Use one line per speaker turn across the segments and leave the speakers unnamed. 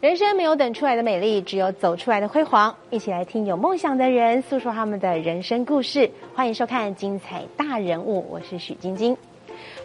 人生没有等出来的美丽，只有走出来的辉煌。一起来听有梦想的人诉说他们的人生故事。欢迎收看《精彩大人物》，我是许晶晶。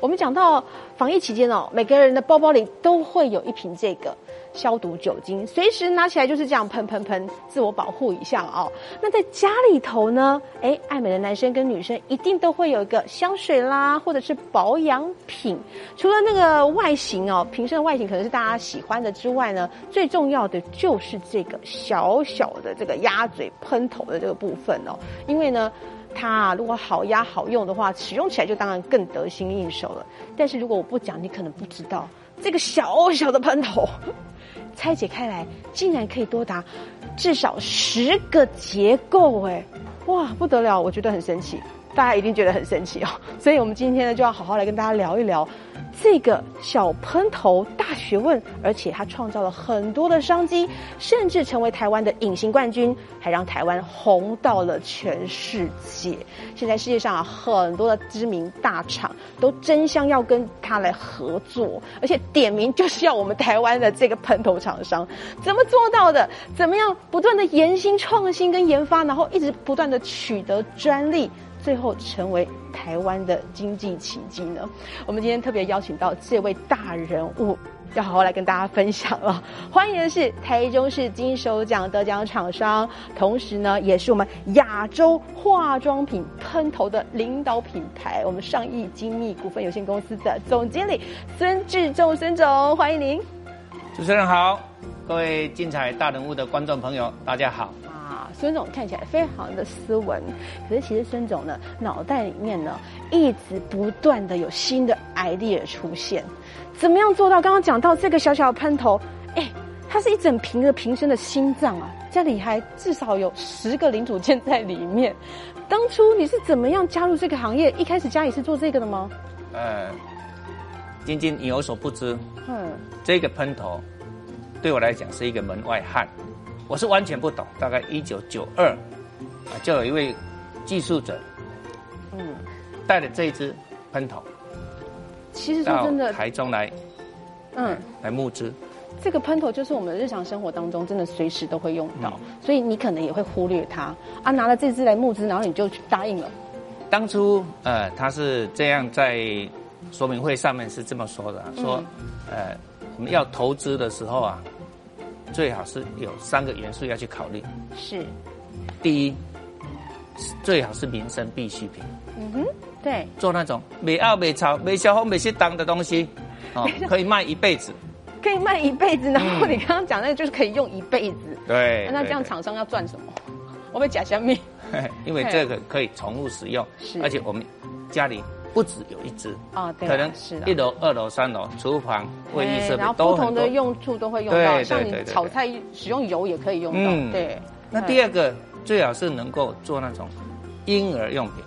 我们讲到防疫期间哦，每个人的包包里都会有一瓶这个消毒酒精，随时拿起来就是这样喷喷喷，自我保护一下哦。那在家里头呢，哎，爱美的男生跟女生一定都会有一个香水啦，或者是保养品。除了那个外形哦，瓶身的外形可能是大家喜欢的之外呢，最重要的就是这个小小的这个鸭嘴喷头的这个部分哦，因为呢。它啊，如果好压好用的话，使用起来就当然更得心应手了。但是如果我不讲，你可能不知道，这个小小的喷头拆解开来，竟然可以多达至少十个结构，哎，哇，不得了！我觉得很神奇，大家一定觉得很神奇哦。 所以我们今天呢，就要好好来跟大家聊一聊这个小喷头大学问，而且它创造了很多的商机，甚至成为台湾的隐形冠军，还让台湾红到了全世界。现在世界上啊，很多的知名大厂都争相要跟它来合作，而且点名就是要我们台湾的这个喷头厂商怎么做到的？怎么样不断的研新创新跟研发，然后一直不断的取得专利。最后成为台湾的经济奇迹呢？我们今天特别邀请到这位大人物，要好好来跟大家分享了。欢迎的是台中市金手奖得奖厂商，同时呢，也是我们亚洲化妆品喷头的领导品牌——我们上亿精密股份有限公司的总经理孙志仲孙总，欢迎您。
主持人好，各位精彩大人物的观众朋友，大家好。
啊，孙总看起来非常的斯文，可是其实孙总呢，脑袋里面呢一直不断的有新的 idea 出现。怎么样做到？刚刚讲到这个小小的喷头，哎，它是一整瓶的瓶身的心脏啊，这里还至少有十个零组件在里面。当初你是怎么样加入这个行业？一开始家里是做这个的吗？
呃，晶晶，你有所不知，
嗯，
这个喷头对我来讲是一个门外汉，我是完全不懂。大概一九九二啊，就有一位技术者，
嗯
嗯，带着这一支喷头
其实说
到
真的，
台中来
嗯，
来募资。
这个喷头就是我们日常生活当中真的随时都会用到，所以你可能也会忽略它啊。拿了这支来募资，然后你就答应了。
当初呃，他是这样在说明会上面是这么说的啊、
嗯
说呃，我们要投资的时候啊，最好是有三个元素要去考虑。
是，
第一，最好是民生必需品，
嗯哼，对，
做那种美奥美潮、美消风、美食当的东西， 哦，可以卖一辈子。
可以卖一辈子。然后你刚刚讲那个就是可以用一辈子，
嗯对
那这样，厂商要赚什么？我被假虾米。
对 对因为这个可以重复使用
是，
而且我们家里不止有一只，
啊，对啊，
可能
是
一
的。
楼、二楼、三楼，厨房、卫浴
对
设备
哎然后
都
不
很
同
多
的。用处都会用
对
到，
对
像你
对对
炒菜使用油也可以用到，
嗯
对，
那第二个最好是能够做那种婴儿用品，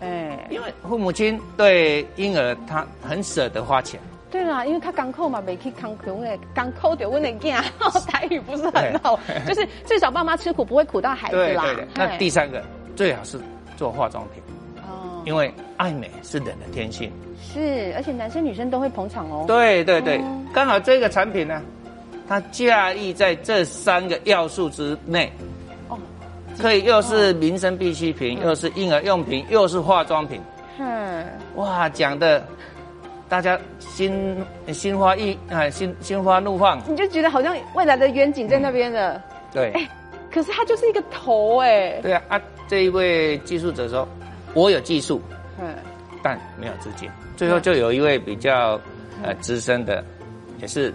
哎，
因为父母亲对婴儿他很舍得花钱。
对啦，因为他港口嘛，没去港口嘞，港口得问的囝， 台语不是很好， 就是至少爸妈吃苦不会苦到孩子
对
啦。哎
对对。那
嘿
第三个最好是做化妆品。
哦
因为爱美是人的天性。
是，而且男生女生都会捧场哦。
对对对
嗯，
刚好这个产品呢，它驾驭在这三个要素之内，
哦，
可以又是民生必需品，又是婴儿用品，又是化妆品。
嗯，
哇，讲的大家心心花意啊，心心花怒放。
你就觉得好像未来的远景在那边了，
对
可是它就是一个头哎。
对啊啊！这一位技术者说，我有技术，
嗯，
但没有资金。最后就有一位比较呃资深的，也是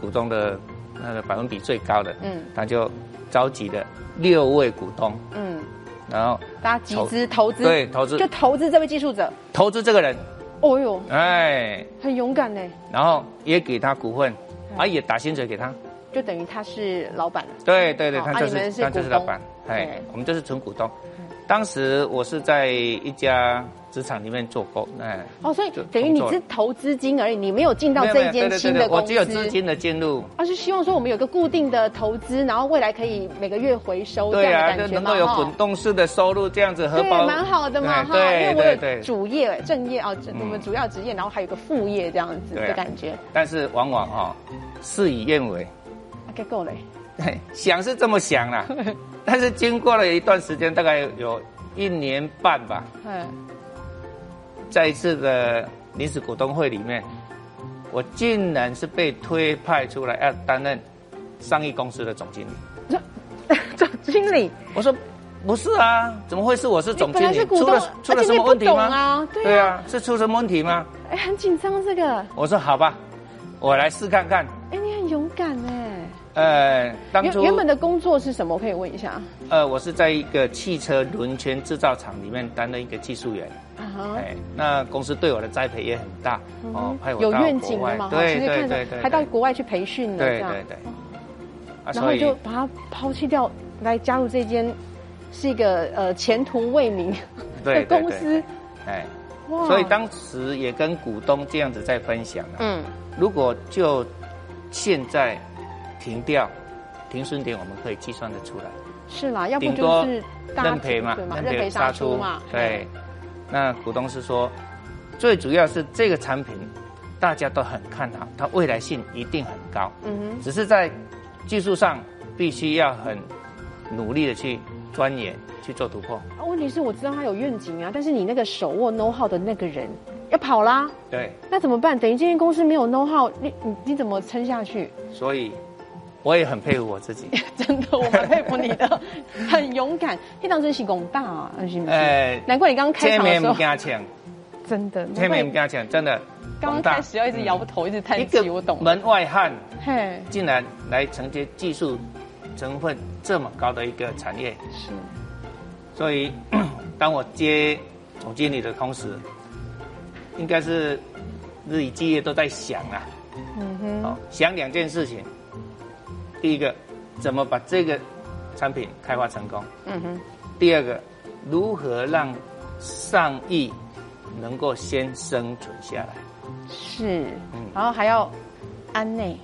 股东的那个百分比最高的，
嗯
嗯，他就召集了六位股东，
嗯，
然后
大家集资投资，
对投资
就投资这位技术者。
投资这个人，
哦哟，
哎，
很勇敢呢，
然后也给他股份，啊，也打薪水给他，
就等于他是老板了。
对对对，
哦
他
啊
就
你
是
们是
他就
股
是
东
老板，
对嗯
哎，我们就是纯股东。当时我是在一家职场里面做工，哎，
哦，所以
就
等于你
工
只
作
投资金而已，你没有进到
没有没
这
有
一间
对对
新
对
的
对
公司。哦
我只有资金的进入，
而是希望说我们有个固定的投资，然后未来可以每个月回收这
对
样
啊，
的
就
感觉
能
嘛，
够有
哈
滚动式的收入，这样子荷
对，
包
蛮好的嘛
哎
哈，因为
对
我
对
有
对。
主业、正业啊，主
嗯
我们主要职业，然后还有个副业这样子
对啊
的感觉。
但是往往哈、哦，事与愿违，
结果嘞，
嘿想是这么 想啦，但是经过了一段时间，大概有一年半吧，
嗯，
在一次的临时股东会里面，我竟然是被推派出来要担任商业公司的总经理。
总经理，
我说不是啊，怎么会是我是总
哎你本
经
来
理
是？股
出
东，
了出
而
了
且
什
你也
么
不
问题
懂
吗？
啊，对
对
啊，
啊，是出什么问题吗？
哎，很紧张这个，
我说好吧，我来试看看。
哎，你很勇敢哎。
呃，当
原
初
原本的工作是什么？我可以问一下
呃，我是在一个汽车轮圈制造厂里面担任一个技术员。
啊哈。
哎，那公司对我的栽培也很大哦，派我
嗯有
到
愿
国
景
外
的嘛？哈
对
其实
对
看着
对对，
还到
对
国外去培训呢，这
对
样
对，对，啊，
然后
所
你
以
就把它抛弃掉，来加入这间是一个呃前途未明的
对对
公
对
司，
哎，
哇
所以当时也跟股东这样子在分享啊，
嗯
如果就现在停掉停损点，我们可以计算得出来，
是啦，要不
顶
就
多
是大
认赔嘛
对，嘛，
认
认赔
赔
杀
杀
出
出
嘛，哎
对，那股东是说，最主要是这个产品大家都很看好，它未来性一定很高。
嗯
只是在技术上必须要很努力的去钻研、去做突破。
哼，啊问题是我知道他有愿景啊，但是你那个手握 know how 的那个人要跑啦，
对，
那怎么办？等于今天公司没有 know how，你你你怎么撑下去？
所以我也很佩服我自己。
真的，我蛮佩服你 的，很勇敢。那当真是拱大啊，是不是？
呃，
难怪你刚刚开
前
场的
面
时
不
候，
敢抢，
真的，难
前
怪
面
你
不敢抢，真的。
刚刚
广大
开始要一直摇头，一直
一
叹
个
气，我懂了。
门外汉
嘿，
竟然来承接技术成分这么高的一个产业，
是，
所以 当我接总经理的同时，应该是日以继夜都在想啊。
嗯哼，
好，想两件事情。第一个，怎么把这个产品开发成功；
嗯哼，
第二个，如何让上亿能够先生存下来。
是
嗯，
然后还要安内，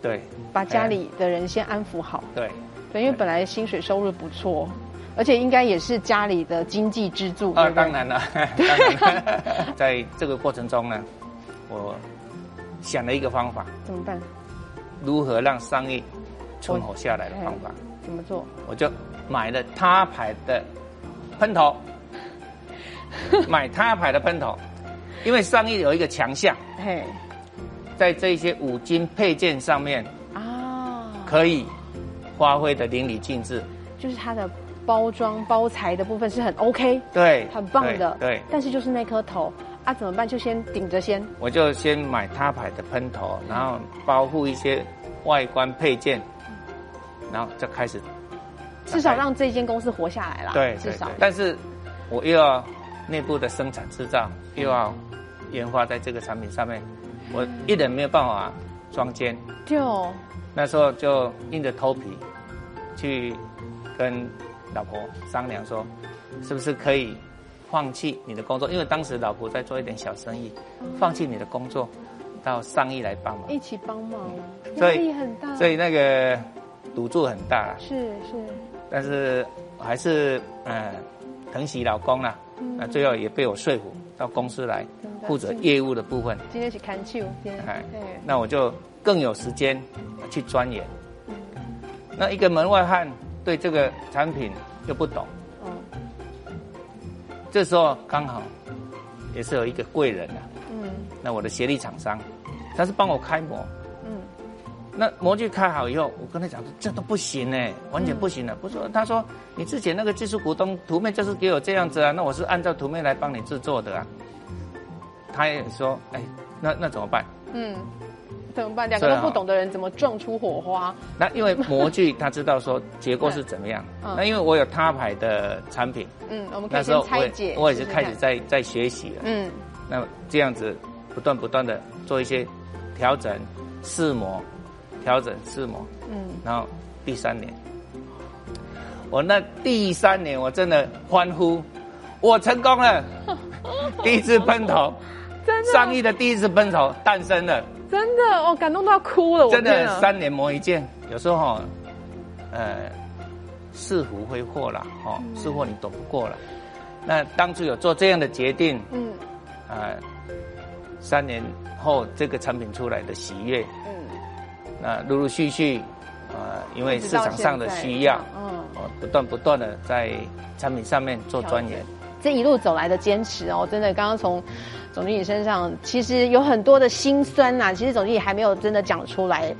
对，哎
把家里的人先安抚好，
对
对，因为本来薪水收入不错，而且应该也是家里的经济支柱。
啊，
对不对
当，然了， 当然了，在这个过程中呢，我想了一个方法，
怎么办？
如何让上亿存活下来的方法，
怎么做？
我就买了他牌的喷 头，买他牌的喷头，因为上亿有一个强项。
嘿，
在这些五金配件上面
啊，
可以发挥的淋漓尽致，
就是它的包装包材的部分是很 OK，
对，
很棒的，
对，啊对
但是就是那颗头啊，怎么办？就先顶着先，
我就先买他牌的喷头，然后包覆一些外观配件，然后就开始展开，
至少让这间公司活下来啦。
对，
至
对
少
对。但是我又要内部的生产制造，又要研发在这个产品上面，我一人没有办法双肩，
就
那时候就硬着头皮去跟老婆商量说，是不是可以放弃你的工作？因为当时老婆在做一点小生意，放弃你的工作，到上亿来帮忙，
一起帮忙，哎啊压
所以
力很大。
所以那个赌注很大啦，
是是，
但是我还是呃疼惜老公啦，那
嗯
最后也被我说服到公司来
真的
负责业务的部分，
今天一起看球，今天
哎
对，
那我就更有时间去钻研。那一个门外汉对这个产品又不懂，
嗯
这时候刚好也是有一个贵人啊，
嗯
那我的协力厂商，他是帮我开模。
嗯，
那模具开好以后，我跟他讲说这都不行呢，完全不行啊了。不是，他说你之前那个技术股东图面就是给我这样子啊，那我是按照图面来帮你制作的啊。他也说，哎，那那怎么办？
嗯，怎么办？两个
对
都
啊
不懂的人怎么撞出火花？，
那因为模具他知道说结构是怎么样
嗯
那因为我有他牌的产品，
嗯，我们可
那
以
时
先
候我
拆解
也我也是
试试
开始
看
在在学习了。
嗯
那这样子不断不断的做一些调整、试模、调整、试模，
嗯，
然后第三年，我那第三年我真的欢呼，我成 功了，第一次喷头，
真的啊
上亿的第一次喷头诞生了。
真的哦，感动到哭了，我
真
天
的
啊
三年磨一剑，有时候哈、呃，是福非祸啦，哦，
嗯
是祸你躲不过了。那当初有做这样的决定，
嗯
呃，三年后这个产品出来的喜悦，
嗯
那陆陆续续，呃，因为
一直
市
到
场上的
现在
需要，
嗯，
哦，不断不断的在产品上面做钻研。
这一路走来的坚持哦，真的，刚刚从总经理身上其实有很多的辛酸呐、其实总经理还没有真的讲出来。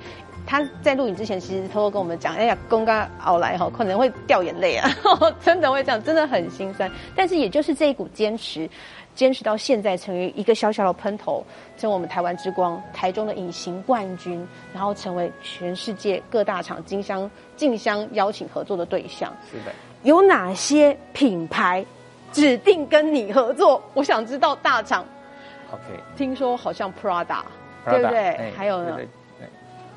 他在录影之前，其实偷偷跟我们讲，哎呀，公刚熬来哈，可能会掉眼泪啊， 真的会这样，真的很心酸。但是也就是这一股坚持，坚持到现在，成为一个小小的喷头，成为我们台湾之光，台中的隐形冠军，然后成为全世界各大厂竞相竞相邀请合作的对象。
是的，
有哪些品牌指定跟你合作？我想知道大厂，
，OK，Prada，
听说好像 Prada，, 对不对？还有呢？
哎对对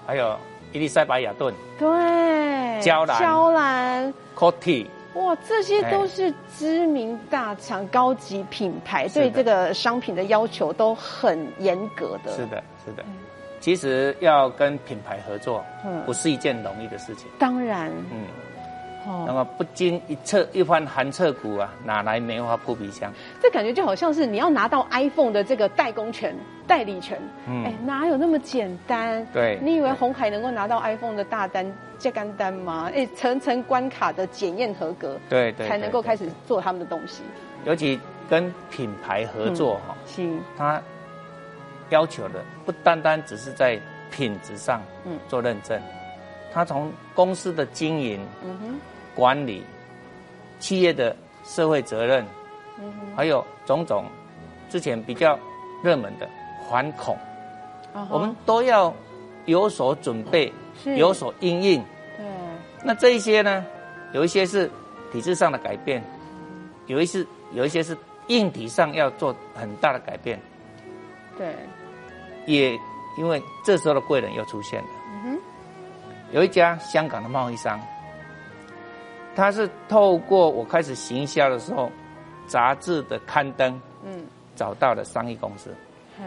还有伊丽莎白雅顿、
对，
娇兰哎
娇兰，
Coty，
哇，这些都是知名大厂、高级品牌，
是的
对这个商品的要求都很严格的。
是，的，是的。其实要跟品牌合作
嗯，
不是一件容易的事情。
当然，
嗯，那
哦，
么不经一策一番寒彻骨啊，哪来梅花扑鼻香？
这感觉就好像是你要拿到 iPhone 的这个代工权、代理权，
嗯
哎、哪有那么简单？
对
你以为红海能够拿到 iPhone 的大单、接干单吗？哎，层层关卡的检验合格，
对对，
才能够
对
开始做他们的东西。
尤其跟品牌合作哈、
行，
它要求的不单单只是在品质上
嗯
做认证，它从公司的经营、
嗯哼，
管理、企业的社会责任，
嗯
还有种种之前比较热门的反恐，
啊哈
我们都要有所准备，
是
有所应应。
对，
那这一些呢，有一些是体制上的改变，有一些有一些是硬体上要做很大的改变，
对，
也因为这时候的贵人又出现了。
嗯哼，
有一家香港的贸易商，他是透过我开始行销的时候，杂志的刊登
嗯，
找到了商业公司，
哎，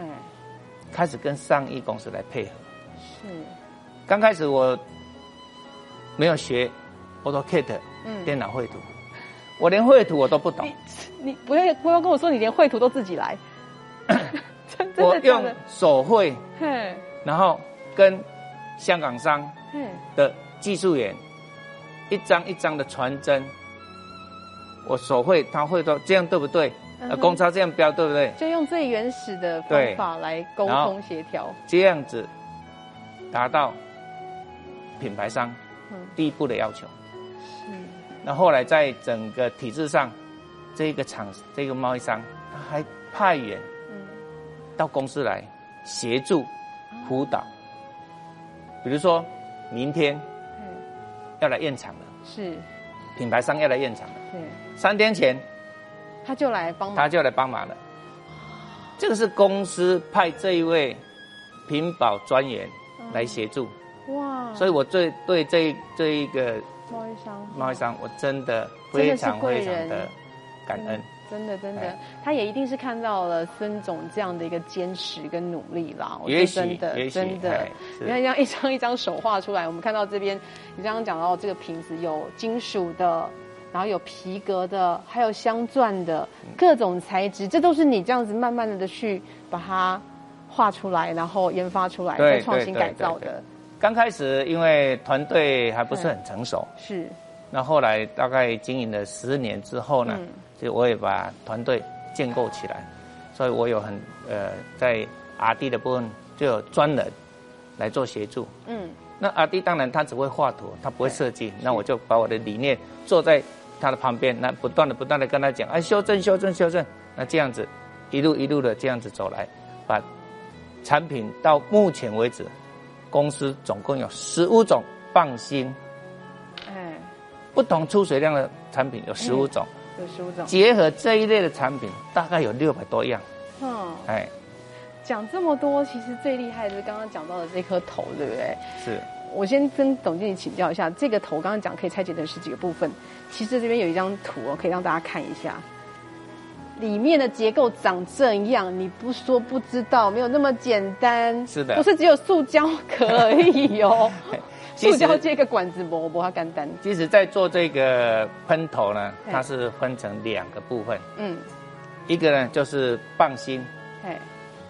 开始跟商业公司来配合。
是，
刚开始我没有学 AutoCAD
嗯
电脑绘图，我连绘图我都不懂
你，你不要不要跟我说你连绘图都自己 来，真真
我
的真
用
的，
手绘，
嘿，
然后跟香港商
嘿，
的技术员，一张一张的传真，我手绘，他会说这样对不对？
嗯
呃，
哼
公差这样标对不对？
就用最原始的方
对
法来沟
然后
通协调，
这样子达到品牌商
嗯
第一步的要求。
是，
那后来在整个体制上，这个厂这个贸易商他还派员
嗯，啊
到公司来协助辅导，比如说明天
嗯，
要来验厂了，
是，
品牌商要来验厂了，
对，
三天前
他就来帮忙，
他就来帮忙了。这个是公司派这一位屏保专员来协助，
哇，
所以我最对这这一个
贸易商，
贸易商，我真的
真
非
的是
常
贵
非常
人
的感恩。
真的真的
哎，
他也一定是看到了孙总这样的一个坚持跟努力啦。我
也
说哦真
许，
的
也许，
真的
哎，
你看
是
这样一张一张手画出来，我们看到这边，你刚刚讲到这个瓶子有金属的，然后有皮革的，还有镶钻的，
嗯
各种材质，这都是你这样子慢慢的去把它画出来，然后研发出来，
对
再创新
对对
改造
对
的，
刚开始因为团队还不是很成熟，
是
那后来大概经营了十年之后呢
嗯，
就我也把团队建构起来，所以我有很呃在 R D 的部分就有专人来做协助。
嗯
那阿弟当然他只会画图，他不会设计。那我就把我的理念坐在他的旁边，那不断的不断的跟他讲，哎，修正修正修正。那这样子一路一路的这样子走来，把产品到目前为止，公司总共有十五种棒芯，
哎，
不同出水量的产品有十五种，
有十总，
结合这一类的产品大概有六百多样。
嗯，
哎，
讲这么多，其实最厉害的是刚刚讲到的这颗头，对不对？
是
我先跟董经理请教一下，这个头刚刚讲可以拆解成十几个部分，其实这边有一张图哦，可以让大家看一下，里面的结构长这样，你不说不知道，没有那么简单。
是的
不是只有塑胶壳而已哦，
其
塑
实
胶接个管子磨磨它干单。
其实在做这个喷头呢，
嗯
它是分成两个部分，
嗯，
一个呢就是棒芯。
哎，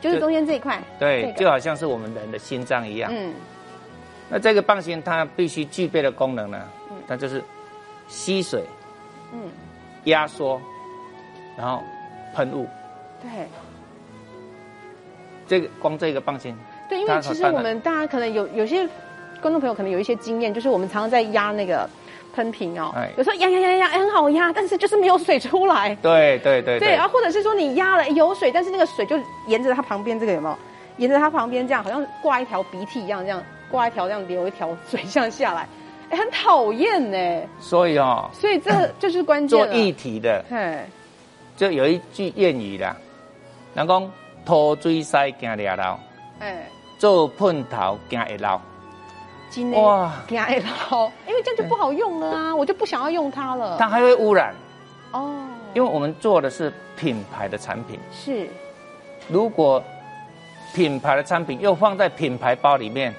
就是中间这一块。
对，
这个
就好像是我们人的心脏一样，
嗯，
那这个棒型它必须具备的功能呢，它就是吸水、
嗯，
压缩，然后喷雾。
对。
这个光这个棒型，
对，因
当
为
然
其实
当然
我们大家可能有有些观众朋友可能有一些经验，就是我们常常在压那个喷瓶哦
哎，
有时候压压压压，哎很好压，但是就是没有水出来。
对对对
对，然啊哦后或者是说你压了哎有水，但是那个水就沿着它旁边这个有没有？沿着它旁边这样，好像挂一条鼻涕一样，这样挂一条这样流一条水这样下来，哎，很讨厌呢。
所以哦，
所以这就是关键
做
了。
一体的，
嘿，哎
就有一句谚语啦，人讲拖水塞惊俩老，
哎，
做喷头惊会老。
今天
哇
给它捞，哦因为这样就不好用了啊，我就不想要用它了。
它还会污染，
哦，
因为我们做的是品牌的产品。
是
如果品牌的产品又放在品牌包里面，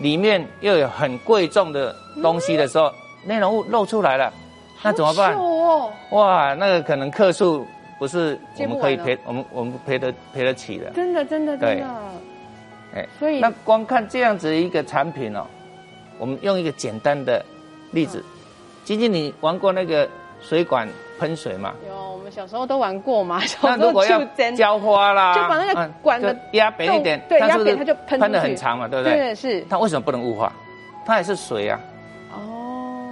里面又有很贵重的东西的时候，内容物露出来了，那怎么办
嗯好糗？哦
哇，那个可能客数不是我
接不完
们可以
了
赔，我们我们赔得赔得起的。
真的，真的，
对
真的，
哎，
所以
那光看这样子一个产品哦，我们用一个简单的例子，晶晶，你玩过那个水管喷水吗？
有我们小时候都玩过嘛，小
那
时候
如果要
就真
浇花啦，
就把那个
嗯
管的
就压扁一点
洞，对
它是不是
压扁它就喷
喷的
出去
很长嘛，对不对？
对是
它为什么不能雾化？它也是水啊，
哦，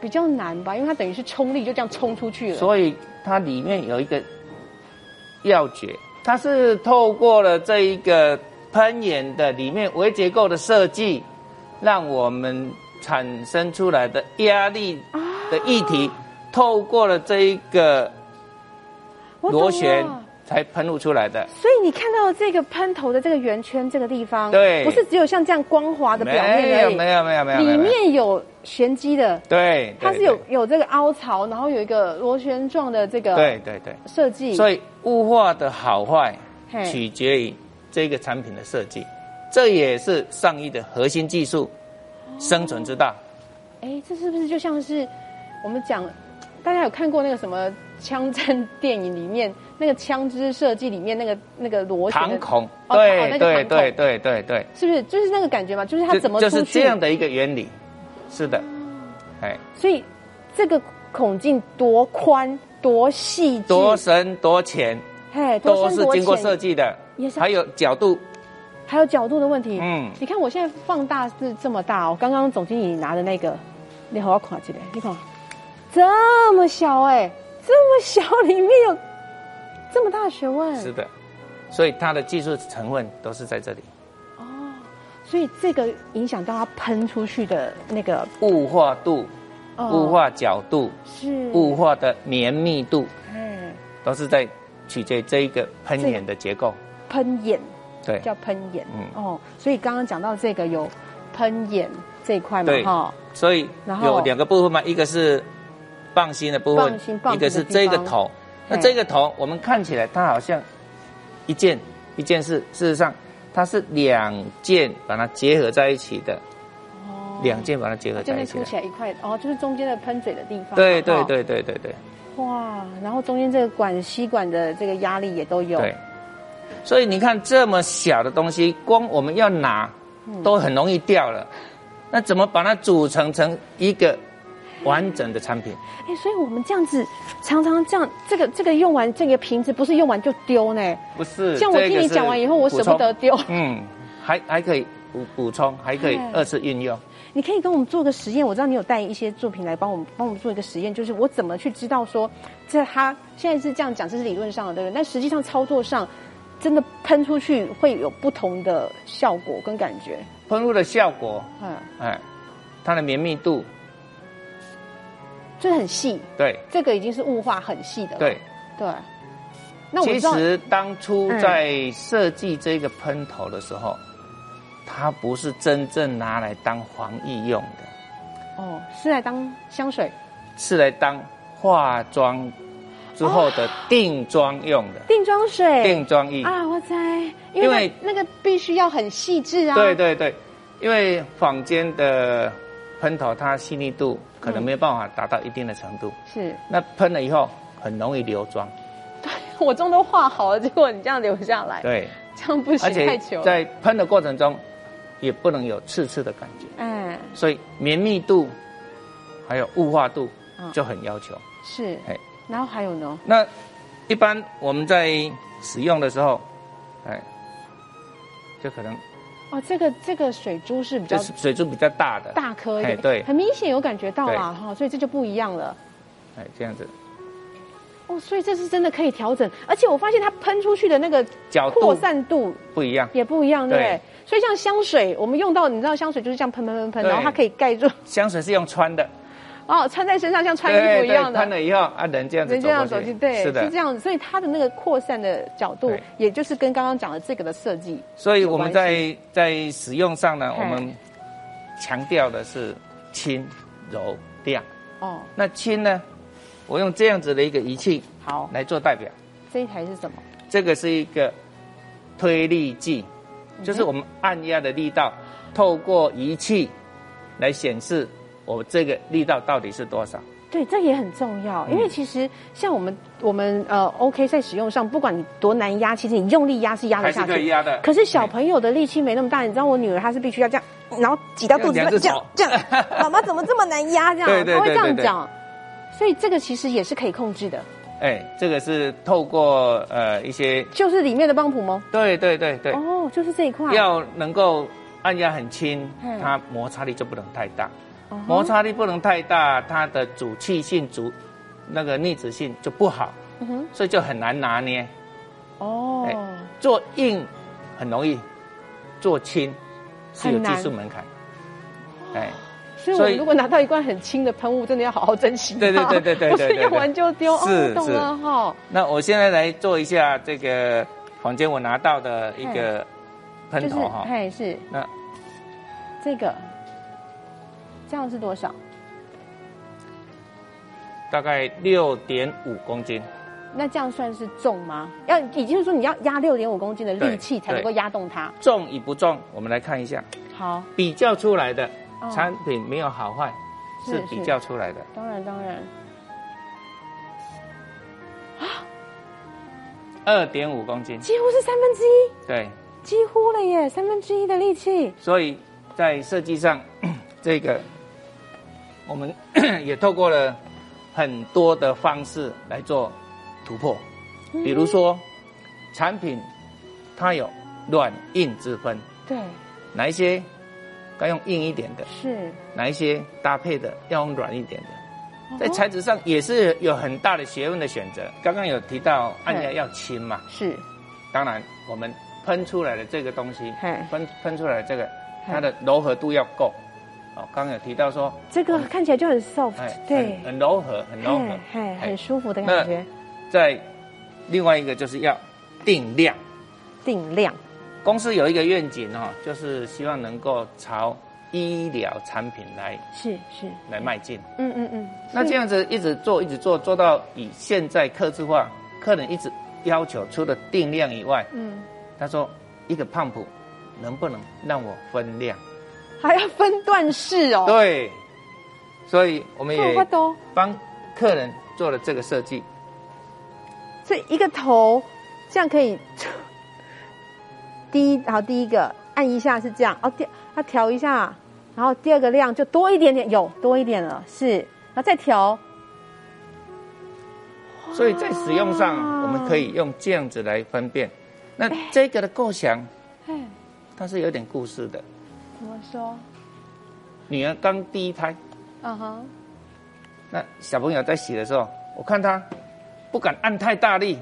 比较难吧，因为它等于是冲力就这样冲出去了，
所以它里面有一个要诀，它是透过了这一个喷眼的里面微结构的设计，让我们产生出来的压力
啊
的液体，透过了这一个
我懂
螺旋
了
才喷露出来的。
所以你看到这个喷头的这个圆圈这个地方，
对
不是只有像这样光滑的表
没
面而
有
已，
没有没有没有，没
里
有
面有玄机的，
对，对
它是有有这个凹槽，然后有一个螺旋状的这个
对对对，
设计，
所
以
以雾化的好坏
嘿
取决于这个产品的设计，这也是上衣的核心技
哦
术，生存之道。
哎，这是不是就像是我们讲，大家有看过那个什么枪战电影里面那个枪支设计里面那个那个螺旋
堂
的
孔，
哦
对
那个
对
堂孔
对对对对，
是不是就是那个感觉嘛？就是它
就
怎么出
就
去？
是这样的一个原理，是的，哎，
所以这个孔径多宽多细致，
多深多浅
嘿
都是经过设
设计，
计的
也，是
还有角度，
还有角度的问题。
嗯，
你看我现在放大是这么大哦，刚刚总经理拿的那个，你好好看起来，你看这么小哎、这么小里面有这么大的学问，
是的，所以它的技术成分都是在这里。
所以这个影响到它喷出去的那个
雾化度、
哦
雾化角度、
是
雾，化的绵密度，
哎，
都是在取决于这一个喷眼的结构。
喷眼
对
叫喷眼，
嗯
哦，所以刚刚讲到这个有喷眼这一块嘛，
对
哈，
所以
然后
有两个部分嘛，一个是棒心的部
棒
分
心棒，
一
子
个
的
是这个
地方
头。那
嘿
这个头，我们看起来它好像一件一件事，事实上它是两件把它结合在一起的，
哦
两件把它结合
这
在一
边
起
凸
的。
起来一块，哦，就是中间的喷嘴的地方，
对对
哈，
对对对对
哇，然后中间这个管吸管的这个压力也都有，
对。所以你看这么小的东西，光我们要拿
嗯
都很容易掉了，那怎么把它组成成一个完整的产品？
哎，所以我们这样子常常这样，这个这个用完这个瓶子不是用完就丢呢，
不是，
像我
这个
听你
是
讲完以后，我舍不得
补
丢。
充。嗯，还还可以补补充，还可以
哎
二次运用。
你可以跟我们做个实验，我知道你有带一些作品来帮我们帮我们做一个实验，就是我怎么去知道说，这它现在是这样讲，这是理论上的对不对？但实际上操作上，真的喷出去会有不同的效果跟感觉。
喷雾的效果，
嗯，
哎，它的绵密度，
这很细，
对
这个已经是雾化很细的了。
对。
对。那我
其
知道，
实当初
嗯
在设计这个喷头的时候，它不是真正拿来当防疫用的，
哦，是来当香水
是来当化妆之后的定妆用的、
定妆水。
定妆液。
哦啊，我猜，因
因
为
为
那那个必须要很细致啊。
对对对，因为坊间的喷头它细腻度
嗯
可能没有办法达到一定的程度，
是
那喷了以后很容易流妆，
我妆都画好了，结果你这样留下来，
对，
这样不
而
行，太
且
糗了。
在喷的过程中，也不能有刺刺的感觉，
嗯，
所以绵密度还有雾化度
嗯
就很要求。
是
哎。
然后还有呢？
那一般我们在使用的时候，哎，就可能
哦，这个这个水珠是比较
就是水珠比较大的，
大颗一点，
哎对
很明显有感觉到啦哈，所以这就不一样了。
哎这样子
哦，所以这是真的可以调整，而且我发现它喷出去的那个
角
扩
度
散度
不一样，
也不一样，对不对
对？
所以像香水，我们用到，你知道香水就是这样喷喷喷喷，
对
然后它可以盖住，
香水是用穿的，
哦，穿在身上像穿衣服一样
对穿
的，
了以后啊，人这样子
人
走
这样走
过去
进，对，
是
是
的
这。样子。所以它的那个扩散的角度
对，
也就是跟刚刚讲的这个的哎设计，
所以我们
有关
在在使用上呢，
嘿
我们强调的是轻、柔、亮。
哦，
那轻呢，我用这样子的一个仪器
好，
来做代表，
这一台是什么？
这个是一个推力计，
嗯
就是我们按压的力道，透过仪器来显示我这个力道到底是多少。
对，这也很重要，因为
嗯
其实像我们我们呃，OK 在使用上，不管你多难压，其实你用力压是压得下去，
还是可以压的
可是小朋友的力气没那么大，你知道我女儿她是必须要这样，然后挤到肚子里面
用两只
这样
手
这样，妈妈怎么这么难压这样？
对对
她会
对
这样
对对
讲，所以这个其实也是可以控制的，
哎，这个是透过呃一些，
就是里面的帮浦吗？
对对对对，
哦，就是这一块，
要能够按压很轻
嗯，
它摩擦力就不能太大。
嗯哼
摩擦力不能太大，它的主气性、主那个逆子性就不好，
嗯哼，
所以就很难拿捏。
哦，
哎做硬很容易，做轻是有
很
技
难
术门槛。哎，
所以我
所以
们如果拿到一罐很轻的喷雾，真的要好好珍惜它，
对对对对对对
不是
对对
用完就丢，哦
是，
懂了哈，
那我现在来做一下这个房间我拿到的一个
就
喷
是
头哈，
嘿是
那
这个，这样是多少？
大概六点五公斤。
那这样算是重吗？要，也就是说你要压六点五公斤的力气
对
才能够压动它。
重与不重，我们来看一下，
好，
比较出来的
哦
产品没有好坏，
是
是
是
比较出来的。
当然当然，
二点五公斤，
几乎是三分之一，
对，
几乎了耶，三分之一的力气。
所以在设计上， 这个我们 也透过了很多的方式来做突破，
嗯
比如说产品它有软硬之分，
对，
哪一些该用硬一点的，
是。
哪一些搭配的要用软一点的。在
哦
材质上也是有很大的学问的选择。刚刚有提到按压要轻嘛，
是，
当然我们喷出来的这个东西
嘿，
喷喷出来的这个
嘿
它的柔和度要够。哦，刚刚有提到说，
这个看起来就很 soft，
哎，
对
很，很柔和，很柔和
嘿，嘿，
哎
很舒服的感觉，
在另外一个就是要定量。
定量。
公司有一个愿景哦，就是希望能够朝医疗产品来
是是，
来迈进。
嗯嗯嗯。
那这样子一直做，一直做，做到以现在客制化，客人一直要求除了定量以外，
嗯，
他说一个胖普能不能让我分量？
还要分段式哦。
对，所以我们
看我
也
都，
帮客人做了这个设计。
所以一个头这样可以。第一，好，第一个按一下是这样，哦，第要调一下，然后第二个量就多一点点，有多一点了，是，然后再调，哦
所以在使用上，
哇
我们可以用这样子来分辨。那这个的构想，
哎，
它是有点故事的。
怎么说？
女儿刚第一胎，
嗯哼，
那小朋友在洗的时候，我看他不敢按太大力，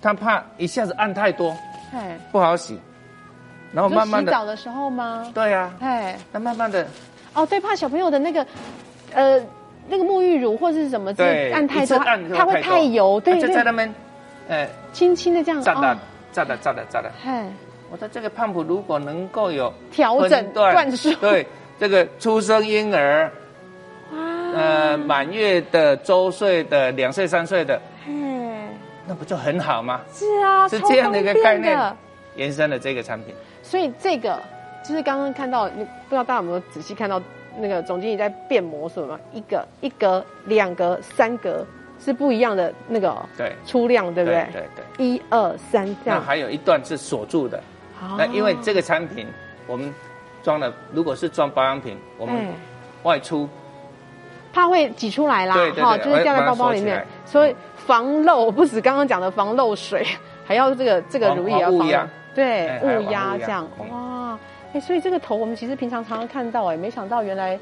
他怕一下子按太多
哎，
不好洗，然后
你说
哦慢慢
洗
的，
澡的时候吗？
对啊，
哎，
那慢慢的，
哦，对，怕小朋友的那个，呃，那个沐浴乳或是什么，这
对，
个按太
一次
多，
按
它会太油，
他
对
就在
对，
那边，呃，
轻轻的这样
炸
哦
的炸的炸的炸的。
哎，
我说这个胖虎如果能够有
调整
分
段数
对这个出生婴儿，
哇，啊
呃，
嗯
满月的、周岁的、两岁、三岁的，
哎，
那不就很好吗？
是啊，
是
超
这样的一个
方便
概念，延伸了这个产品。
所以这个就是刚刚看到，你不知道大家有没有仔细看到那个总经理在变魔术吗？一个一格、两格、三格是不一样的那个
对
出量，对不对？
对对。
一二三这
那
样，
还有一段是锁住的，
哦
那因为这个产品我们装了，如果是装保养品，我们
哎
外出
怕会挤出来啦
对，对对
就是掉在包包里面
把它收起来，
所以防漏不止刚刚讲的防漏水， 还要这个这个
防
乳液要
防
防
雾压
漏对
哎还有
雾
防
压
雾
这
压
样
嗯
哇，哎，所以这个头我们其实平常常常看到，哎，没想到原来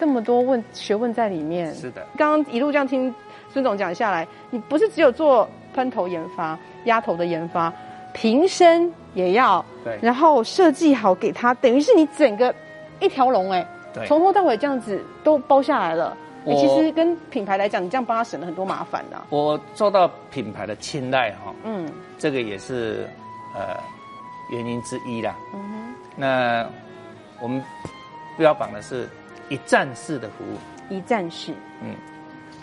这么多问学问在里面。
是的，
刚刚一路这样听孙总讲下来，你不是只有做喷头研发、压头的研发，瓶身也要，
对
然后设计好给它，等于是你整个一条龙哎、
对
从头到尾这样子都包下来了。哎
我
其实跟品牌来讲，你这样帮他省了很多麻烦呐、
我受到品牌的青睐哈、
嗯
这个也是呃原因之一啦。
嗯哼，
那我们标榜的是一站式的服务，
一站式，
嗯，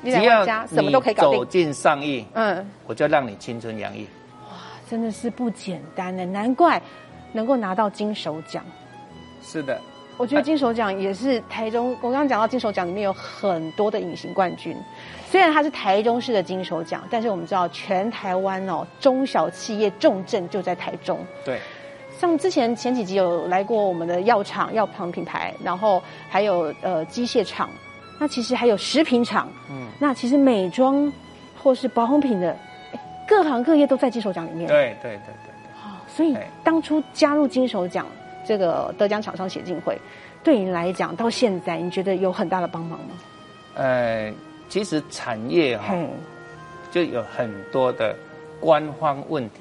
你来我家什么都可以搞
走
定。
进上亿，
嗯，
我就让你青春洋溢。
真的是不简单的，难怪能够拿到金手奖。
是的，
我
哎
觉得金手奖也是台中，我刚刚讲到金手奖里面有很多的隐形冠军，虽然它是台中市的金手奖，但是我们知道全台湾哦中小企业重镇就在台中。
对，
像之前前几集有来过我们的药厂、药厂品牌，然后还有呃机械厂，那其实还有食品厂，嗯，那其实美妆或是保养品的哎各行各业都在金手奖里面。
对，对，对，对，
所以
哎
当初加入金手奖这个德奖厂商协进会，对你来讲到现在，你觉得有很大的帮忙吗？
呃，其实产业哈、
嘿，
就有很多的官方问题，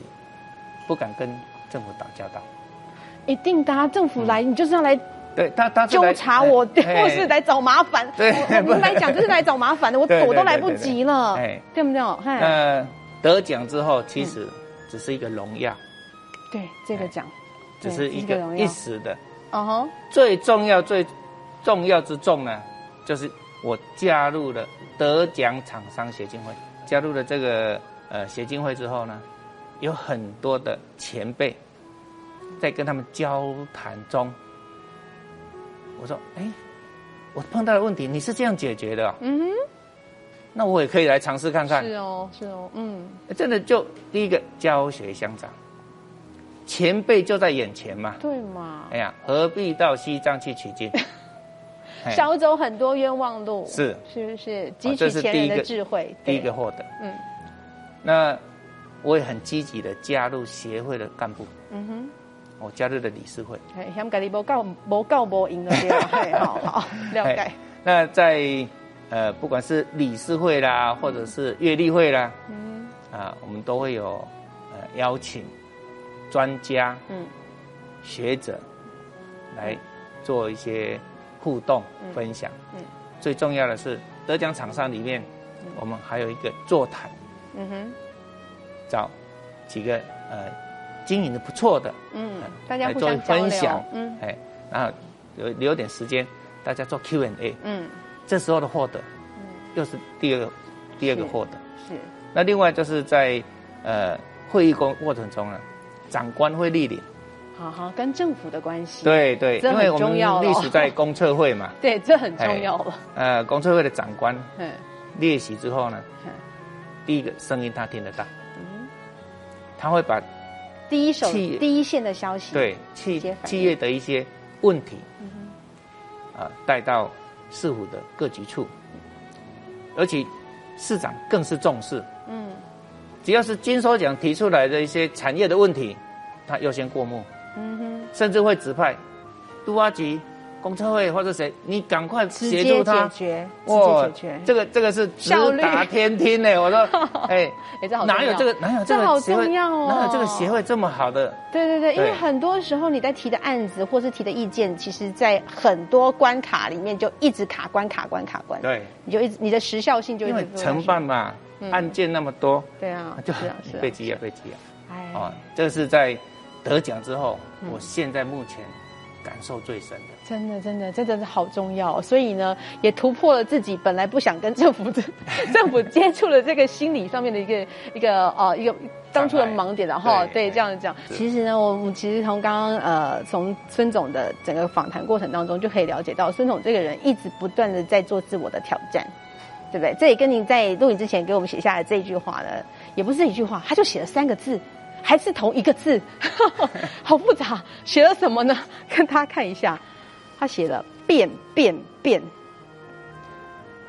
不敢跟政府打交道。
一定的、啊，政府
嗯
来、你就是要来
对他，他
纠察我， 或
哎
是来找麻烦。
对
我我明白讲就是来找麻烦的，我
对对
躲都来不
对对
及了，
哎
对不对？嘿，
那得奖之后，其实
嗯
只是一个荣耀，
对这
哎
个奖，
只
对
是一
荣
个
耀
一时的。
哦吼，
最重要、最重要之重呢，就是我加入了得奖厂商协进会，加入了这个呃协进会之后呢，有很多的前辈在跟他们交谈中，我说：“哎，我碰到的问题你是这样解决的哦、
嗯
那我也可以来尝试看看。
哼，是哦，是哦，嗯，
真的就第一个教学相长，前辈就在眼前嘛，
对嘛，
哎呀，何必到西藏去取 经？哎
少走很多冤枉路，
是哦
是不是？汲
这
取
是
前
第
人
一
的
个
智慧，
第一
对
个获得。
嗯
那我也很积极的加入协会的干部，
嗯哼。
我加入了理事会。
哎，嫌家己无够无够无用的对吧？嘿好好了解
哎。那在呃，不管是理事会啦，或者是阅历会啦，
嗯
啊，我们都会有呃邀请专家、
嗯
学者来做一些互动分享。
嗯
最重要的是得奖厂商里面，我们还有一个座谈，
嗯哼
找几个呃经营的不错的，
嗯
哎，
大家
来
互
做
相交
分
流
享。，
嗯
哎，然后留留点时间，大家做 Q&A。
嗯
这时候的获得，又是第二个第二个
是
获得。
嗯是
那另外就是在呃会议过过程中呢，啊长官会莅临，
好好跟政府的关系，
对对，
嗯这
因
很
为我们
重要咯
历史在公测会嘛，
对，这很 重要了。
呃，公测会的长官
嗯
列席之后呢，
嗯，
第一个声音他听得到，他会把
第一手
企业
第一线的消息，
对企
接反应嗯
企业的一些问题，啊带到市府的各局处，
嗯
而且市长更是重视，
嗯
只要是金手奖提出来的一些产业的问题，他优先过目，
嗯哼，
甚至会指派都阿局、公车会或者谁，你赶快
直
协
接解
助他。
决，直接
哇
解决，
这个这个是直
效率
达天听 呢！我说，哎
哎这好重要
哪有这个哪有
这
这
好
个协会
重要哦
哪有这个协会这么好的？
对对对，因为
对
很多时候你在提的案子或是提的意见，其实，在很多关卡里面就一直卡关卡关卡关，
对，
你就一直你的时效性就一
因为
直
承办嘛，案件那么多，
对啊，
就是
啊嗯是啊
被挤压被挤压。
哎
哦，这是在得奖之后，
嗯
我现在目前感受最深的。
真的，真的，这真的好重要哦、所以呢，也突破了自己本来不想跟政府的 政府接触的这个心理上面的一个一个呃一个当初的盲点了哈。
对
对，这样讲。
是
其实呢，我们其实从刚刚呃从孙总的整个访谈过程当中，就可以了解到孙总这个人一直不断的在做自我的挑战。对不对？这也跟您在录影之前给我们写下来这一句话呢，也不是一句话，他就写了三个字，还是同一个字， 好复杂，写了什么呢？跟大家看一下，他写了变变变。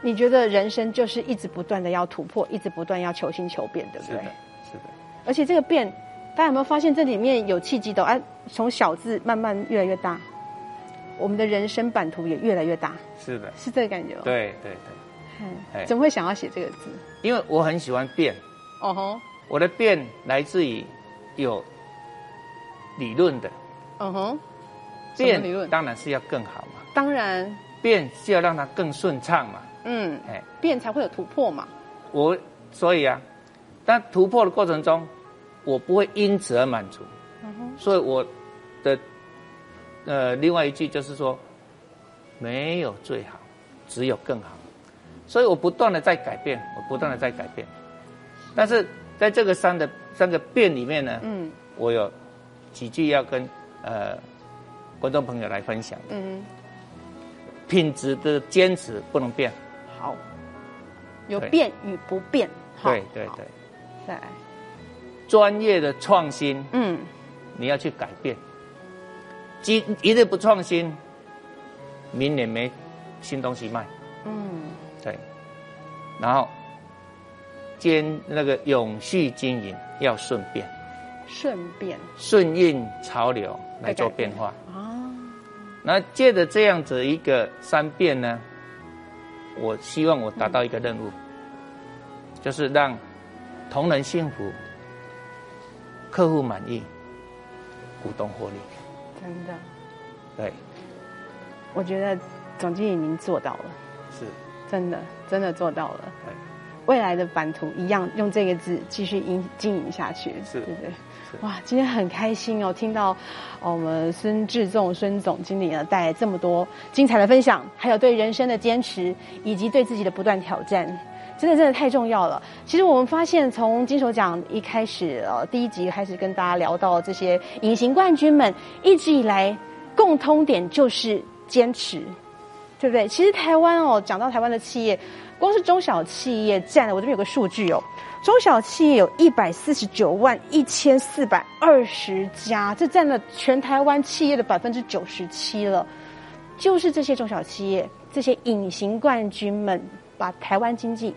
你觉得人生就是一直不断的要突破，一直不断要求新求变，对不
是
对
的？，是的。
而且这个变，大家有没有发现这里面有契机的？啊，从小字慢慢越来越大，我们的人生版图也越来越大，
是的，
是这个感觉吗？
对对
对
哎
怎么会想要写这个字？
对，因为我很喜欢变，
哦吼，
我的变来自于有理论的
哦吼，什么
变
理论？
当然是要更好嘛，
当然，
变是要让它更顺畅嘛，
嗯，
哎，
变才会有突破嘛。
我所以啊，但突破的过程中，我不会因此而满足，
嗯
所以我的呃另外一句就是说，没有最好，只有更好，所以我不断的在改变，我不断的在改变，但是在这个三的三个变里面呢，
嗯
我有几句要跟呃观众朋友来分享，
嗯，
品质的坚持不能变，
好，有
对
变与不变。好
对对，
好
对，
再来，
专业的创新。
嗯，
你要去改变。今一日不创新，明年没新东西卖。
嗯，
对，然后兼那个永续经营要顺变，
顺便
顺应潮流来做变化。
啊，
那借着这样子一个三变呢，我希望我达到一个任务，就是让同仁幸福，客户满意，股东获利。
真的，
对，
我觉得总经理您做到了。
是。
真的真的做到了
对。
未来的版图一样用这个字继续营经营下去，
是
对不对？
是
哇，今天很开心哦，听到哦我们孙志仲孙总经理呢带来这么多精彩的分享，还有对人生的坚持，以及对自己的不断挑战。真的真的太重要了。其实我们发现，从金手奖一开始，呃，第一集开始跟大家聊到这些隐形冠军们，一直以来共通点就是坚持，对不对？其实台湾哦，讲到台湾的企业，光是中小企业占了，我这边有个数据哦，中小企业有一百四十九万一千四百二十家，这占了全台湾企业的百分之九十七了。就是这些中小企业，这些隐形冠军们，把台湾经济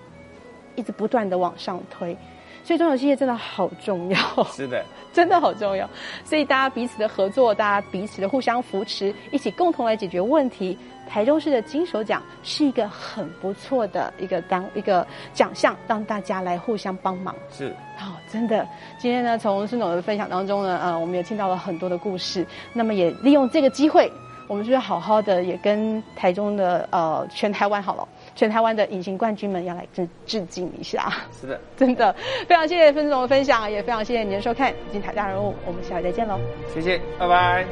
一直不断的往上推，所以中小企业真的好重要。
是的，
真的好重要。所以大家彼此的合作，大家彼此的互相扶持，一起共同来解决问题。台中市的金手奖是一个很不错的一个当一个奖项，让大家来互相帮忙。
是
哦，真的，今天呢，从孙总的分享当中呢，呃，我们也听到了很多的故事。那么也利用这个机会，我们就是好好的也跟台中的呃全台湾好了，全台湾的隐形冠军们要来致致敬一下。
是的，
真的非常谢谢分总的分享，也非常谢谢您的收看《精彩大人物》，我们下回再见喽。
谢谢，拜拜。